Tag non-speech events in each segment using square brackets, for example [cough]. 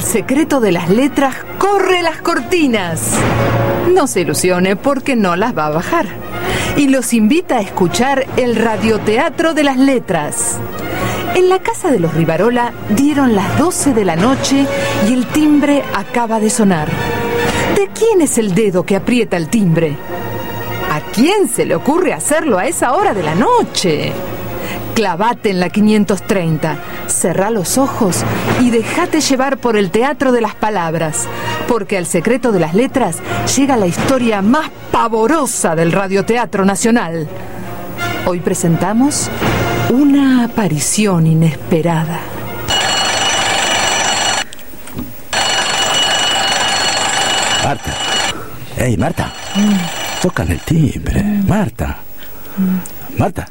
secreto de las letras corre las cortinas. No se ilusione porque no las va a bajar. Y los invita a escuchar el radioteatro de las letras. En la casa de los Rivarola dieron las 12 de la noche y el timbre acaba de sonar. ¿De quién es el dedo que aprieta el timbre? ¿A quién se le ocurre hacerlo a esa hora de la noche? Clavate en la 530, cerrá los ojos y dejate llevar por el teatro de las palabras, porque al secreto de las letras llega la historia más pavorosa del Radioteatro Nacional. Hoy presentamos una aparición inesperada. Marta. Hey, Marta. Tocan el timbre. Marta. Marta.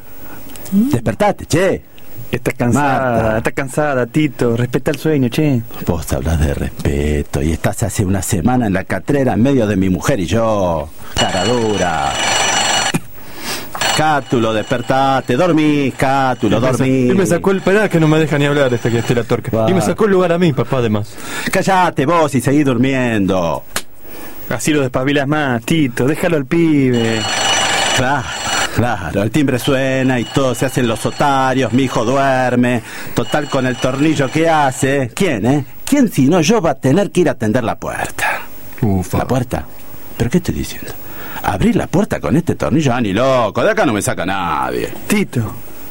Despertate, che. Está cansada, Marta. está cansada, Tito. Respeta el sueño, che. Vos hablas de respeto y estás hace una semana en la catrera en medio de mi mujer y yo. Cara dura. Cátulo, despertate. Dormí, Cátulo, Y me sa- dormí. Y me sacó el penal que no me deja ni hablar esta que esté la torca. Va. Y me sacó el lugar a mí, papá, además. Callate vos y seguí durmiendo. Así lo despabilas más, Tito. Déjalo al pibe. Claro, claro, el timbre suena y todos se hacen los otarios, mi hijo duerme, total con el tornillo que hace. ¿Quién, eh? ¿Quién si no yo va a tener que ir a atender la puerta? ¿La puerta? ¿Pero qué estoy diciendo? Abrir la puerta con este tornillo, ah, ni loco, de acá no me saca nadie. Tito,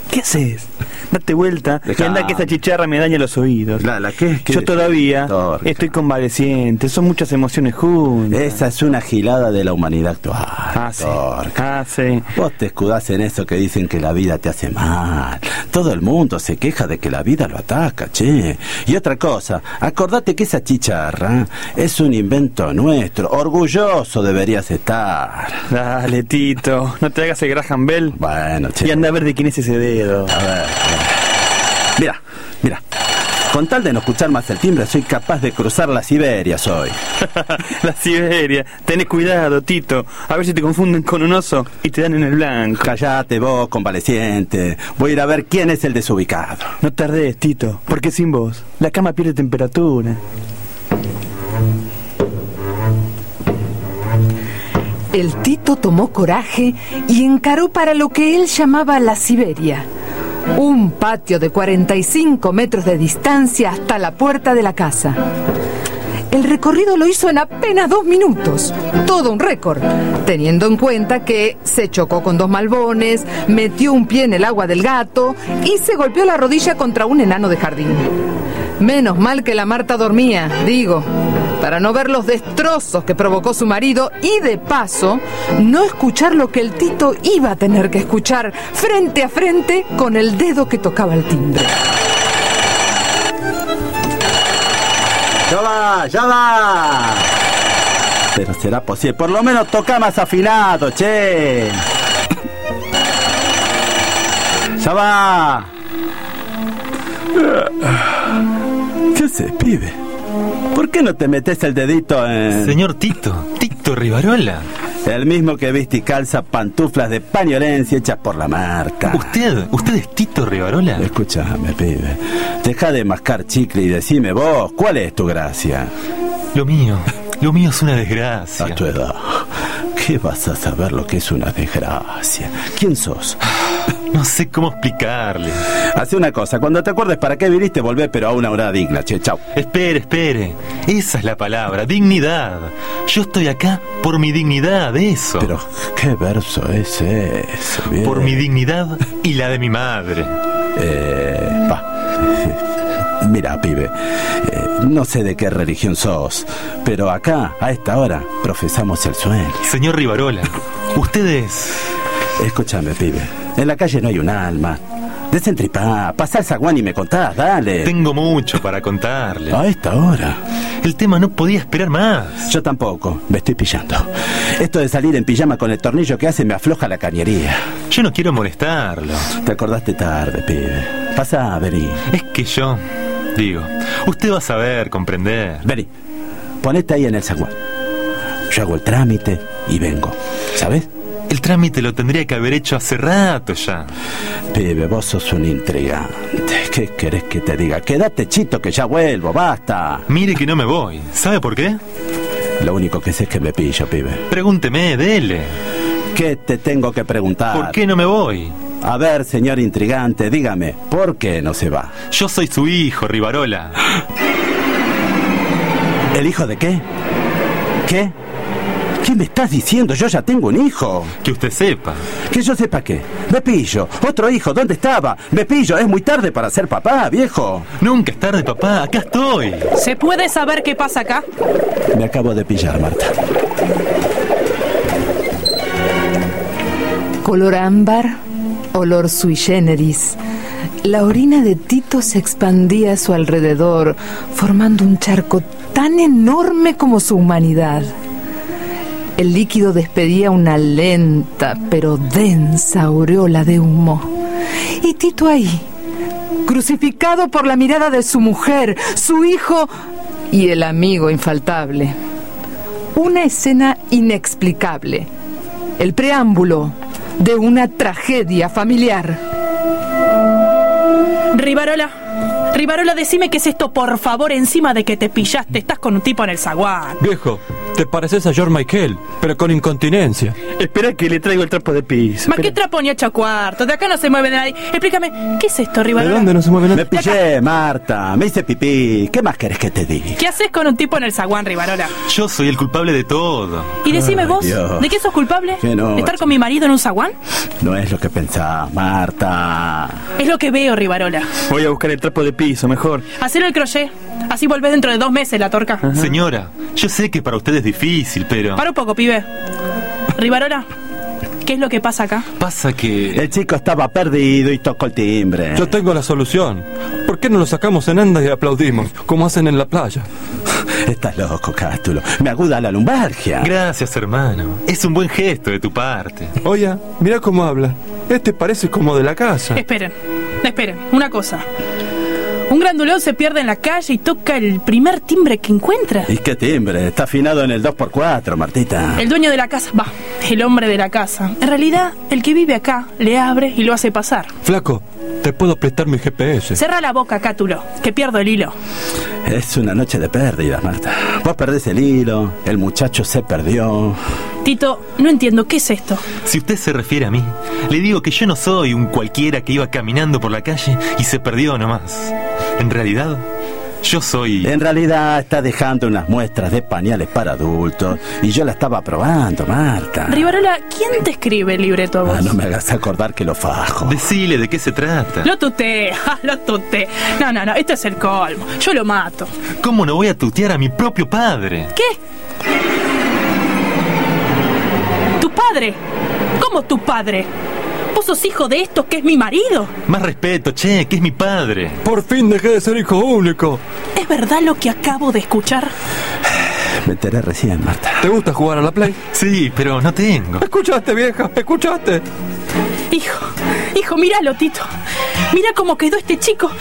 ¿qué haces? Date vuelta y Dejá. anda que esa chicharra me daña los oídos. La- la qué- qué- Yo todavía Torca. estoy convaleciente. Son muchas emociones juntas. Esa es una gilada de la humanidad actual. Ah, sí. Torca. Ah, sí. Vos te escudás en eso que dicen que la vida te hace mal. Todo el mundo se queja de que la vida lo ataca, che. Y otra cosa, acordate que esa chicharra es un invento nuestro. Orgulloso deberías estar. Dale, Tito. No te hagas el Graham Bell. Bueno, che. Y anda a ver de quién es ese dedo. A ver, a ver. Mira, mira. Con tal de no escuchar más el timbre, soy capaz de cruzar la Siberia hoy. La Siberia. Tenés cuidado, Tito. A ver si te confunden con un oso y te dan en el blanco. Callate vos, convaleciente. Voy a ir a ver quién es el desubicado. No tardes, Tito, porque sin vos la cama pierde temperatura. El Tito tomó coraje y encaró para lo que él llamaba la Siberia. Un patio de 45 metros de distancia hasta la puerta de la casa. El recorrido lo hizo en apenas dos minutos, todo un récord, teniendo en cuenta que se chocó con dos malbones, metió un pie en el agua del gato y se golpeó la rodilla contra un enano de jardín. Menos mal que la Marta dormía, digo, para no ver los destrozos que provocó su marido y de paso no escuchar lo que el Tito iba a tener que escuchar frente a frente con el dedo que tocaba el timbre. ¡Ya va! ¡Ya va! Pero será posible. Por lo menos toca más afinado, che. ¡Ya va! ¿Qué haces, pibe? ¿Por qué no te metes el dedito en... Señor Tito, Tito Rivarola, El mismo que viste y calza pantuflas de pañolencia hechas por la marca. usted, usted es Tito Rivarola. Escúchame, pibe. Deja de mascar chicle y decime vos, ¿cuál es tu gracia? Lo mío, lo mío es una desgracia. A tu edad, ¿qué vas a saber lo que es una desgracia? ¿Quién sos? No sé cómo explicarle. Hace una cosa, cuando te acuerdes para qué viniste, volvé, pero a una hora digna, che, chau. Espere, espere. Esa es la palabra, dignidad. Yo estoy acá por mi dignidad, eso. Pero, eh, ¿qué verso es ese? bien? por mi dignidad y la de mi madre. Eh, va. Mira, pibe, eh, no sé de qué religión sos, pero acá, a esta hora, profesamos el sueño. Señor Rivarola, usted es... Escúchame, pibe, en la calle no hay un alma. Desentripá, pasá el zaguán y me contás, dale. Tengo mucho para contarle. A esta hora. El tema no podía esperar más. Yo tampoco, me estoy pillando. Esto de salir en pijama con el tornillo que hace me afloja la cañería. Yo no quiero molestarlo. Te acordaste tarde, pibe. Pasá, vení. Es que yo... Digo, usted va a saber, comprender. Vení. Ponete ahí en el zaguán. Yo hago el trámite y vengo. ¿Sabes? El trámite lo tendría que haber hecho hace rato ya. Pibe, vos sos un intrigante. ¿Qué querés que te diga? Quédate chito que ya vuelvo, basta. Mire que no me voy. ¿Sabe por qué? Lo único que sé es que me pillo, pibe. Pregúnteme, dele. ¿Qué te tengo que preguntar? ¿Por qué no me voy? A ver, señor intrigante, dígame, ¿por qué no se va? Yo soy su hijo, Rivarola. ¿El hijo de qué? ¿Qué? ¿Qué me estás diciendo? Yo ya tengo un hijo. Que usted sepa. Que yo sepa qué. Me pillo. Otro hijo, ¿dónde estaba? Me pillo. Es muy tarde para ser papá, viejo. Nunca es tarde, papá. Acá estoy. ¿Se puede saber qué pasa acá? Me acabo de pillar, Marta. Color ámbar, olor sui generis. La orina de Tito se expandía a su alrededor, formando un charco tan enorme como su humanidad. El líquido despedía una lenta pero densa aureola de humo. Y Tito ahí, crucificado por la mirada de su mujer, su hijo y el amigo infaltable. Una escena inexplicable. El preámbulo de una tragedia familiar. Rivarola, Rivarola, decime qué es esto, por favor, encima de que te pillaste. Estás con un tipo en el zaguán. Viejo, te pareces a George Michael, pero con incontinencia. Espera que le traigo el trapo de piso. ¿Más qué Espera. trapo ni ocho cuartos? De acá no se mueve nadie. Explícame, ¿qué es esto, ¿De Rivarola? dónde no se mueve Me nada? pillé, Marta. Me hice pipí. ¿Qué más querés que te diga? ¿Qué haces con un tipo en el zaguán, Rivarola? Yo soy el culpable de todo. Y decime vos, Dios. ¿de qué sos culpable? Qué noche. ¿Estar con mi marido en un zaguán? No es lo que pensás, Marta. Es lo que veo, Rivarola. Voy a buscar el trapo de piso, mejor. Hacer el crochet. Así volvés dentro de dos meses, la torca. Ah. Señora, yo sé que para usted es difícil, pero... Para un poco, pibe. Rivarola, ¿qué es lo que pasa acá? Pasa que... El chico estaba perdido y tocó el timbre. Yo tengo la solución. ¿Por qué no lo sacamos en andas y aplaudimos, como hacen en la playa? Estás loco, Cástulo. Me aguda la lumbargia. Gracias, hermano. Es un buen gesto de tu parte. Oye, mira cómo habla. Este parece como de la casa. Esperen, esperen, una cosa. Un grandulón se pierde en la calle y toca el primer timbre que encuentra. ¿Y qué timbre? Está afinado en el 2x4, Martita. El dueño de la casa, va, el hombre de la casa. En realidad, el que vive acá le abre y lo hace pasar. Flaco, te puedo prestar mi GPS. Cerra la boca, Cátulo, que pierdo el hilo. Es una noche de pérdidas, Marta. Vos perdés el hilo, el muchacho se perdió. Tito, no entiendo, ¿qué es esto? Si usted se refiere a mí, le digo que yo no soy un cualquiera que iba caminando por la calle y se perdió nomás. En realidad, yo soy... En realidad está dejando unas muestras de pañales para adultos y yo la estaba probando, Marta. Rivarola, ¿quién te escribe el libreto a vos? Ah, no me hagas acordar que lo fajo. Decile de qué se trata. Lo tuté, ja, [laughs] lo tuté. No, no, no, esto es el colmo. Yo lo mato. ¿Cómo no voy a tutear a mi propio padre? ¿Qué? ¿Tu padre? ¿Cómo tu padre? ¿Vos sos hijo de estos que es mi marido? Más respeto, che, que es mi padre. Por fin dejé de ser hijo único. ¿Es verdad lo que acabo de escuchar? Me enteré recién, Marta. ¿Te gusta jugar a la play? Sí, pero no tengo. ¿Escuchaste, vieja? ¿Escuchaste? Hijo, hijo, míralo, Tito. Mira cómo quedó este chico.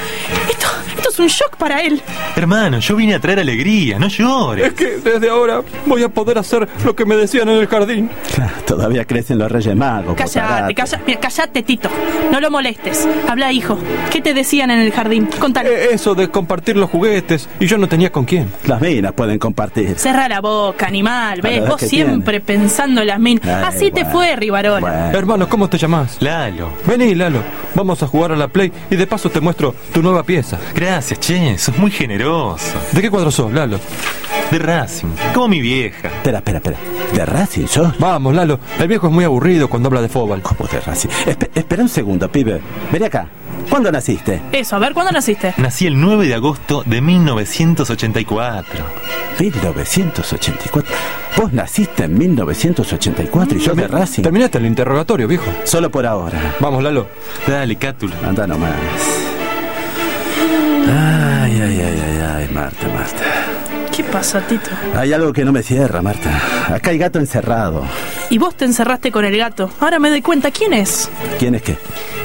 Esto, esto es un shock para él. Hermano, yo vine a traer alegría, no llores. Es que desde ahora voy a poder hacer lo que me decían en el jardín. Todavía crecen los Reyes Magos. Cállate, Bocarate. calla, mira, cállate, Tito. No lo molestes. Habla, hijo. ¿Qué te decían en el jardín? Contale. Eh, Eso de compartir los juguetes y yo no tenía con quién. Las minas pueden compartir. Cerra la boca, animal, Ah, La ves, verdad vos que siempre pensando en las minas. Ay, Así te bueno. fue, Rivarola. Bueno. Hermano, ¿cómo te llamás? Lalo, Vení, Lalo. Vamos a jugar a la play y de paso te muestro tu nueva pieza. gracias, che, sos muy generoso. ¿De qué cuadro sos, Lalo? De Racing, como mi vieja. Espera, espera, espera. ¿De Racing sos? Vamos, Lalo. El viejo es muy aburrido cuando habla de fútbol. ¿Cómo de Racing? Espe- espera un segundo, pibe. Vení acá. ¿Cuándo naciste? Eso, a ver, ¿cuándo naciste? Nací el 9 de agosto de 1984. 1984. Vos naciste en 1984 y yo de Racing. Terminaste el interrogatorio, viejo. Solo por ahora. Vamos, Lalo. Dale, Cátula. Anda nomás. Ay, ay, ay, ay, ay, Marta, Marta. ¿Qué pasa, Tito? Hay algo que no me cierra, Marta. Acá hay gato encerrado. Y vos te encerraste con el gato. Ahora me doy cuenta quién es. ¿Quién es qué?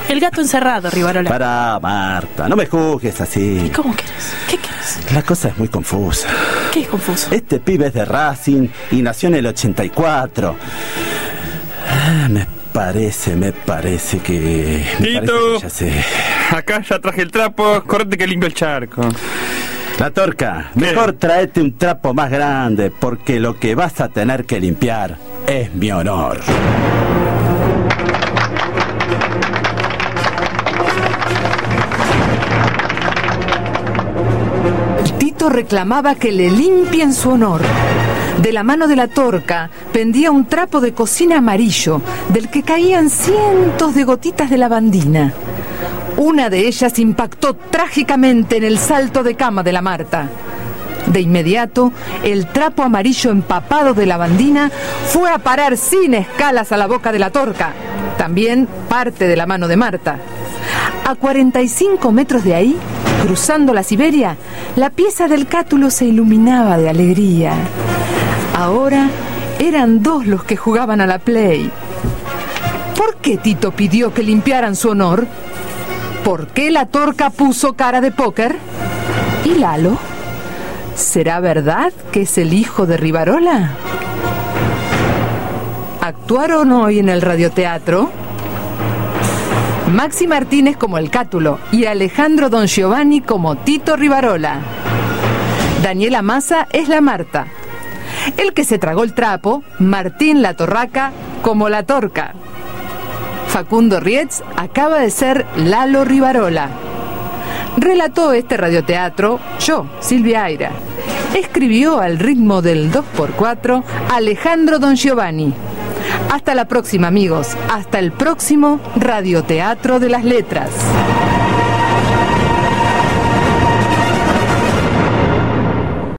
El gato encerrado, Rivarola. Para, Marta. No me juzgues así. ¿Cómo querés? ¿Qué querés? La cosa es muy confusa. ¿Qué es confuso? Este pibe es de Racing y nació en el 84. Ah, Me parece, me parece que. me Tito. parece que ya sé. Acá ya traje el trapo, correte que limpio el charco. La torca, ¿Qué? mejor traete un trapo más grande, porque lo que vas a tener que limpiar es mi honor. Tito reclamaba que le limpien su honor. De la mano de la torca pendía un trapo de cocina amarillo, del que caían cientos de gotitas de lavandina. Una de ellas impactó trágicamente en el salto de cama de la Marta. De inmediato, el trapo amarillo empapado de lavandina fue a parar sin escalas a la boca de la torca, también parte de la mano de Marta. A 45 metros de ahí, cruzando la Siberia, la pieza del cátulo se iluminaba de alegría. Ahora eran dos los que jugaban a la play. ¿Por qué Tito pidió que limpiaran su honor? ¿Por qué la torca puso cara de póker? ¿Y Lalo? ¿Será verdad que es el hijo de Rivarola? ¿Actuaron hoy en el radioteatro? Maxi Martínez como el Cátulo y Alejandro Don Giovanni como Tito Rivarola. Daniela Massa es la Marta. El que se tragó el trapo, Martín La Torraca como la Torca. Facundo Rietz acaba de ser Lalo Rivarola. Relató este radioteatro yo, Silvia Aira. Escribió al ritmo del 2x4 Alejandro Don Giovanni. Hasta la próxima amigos, hasta el próximo Radioteatro de las Letras.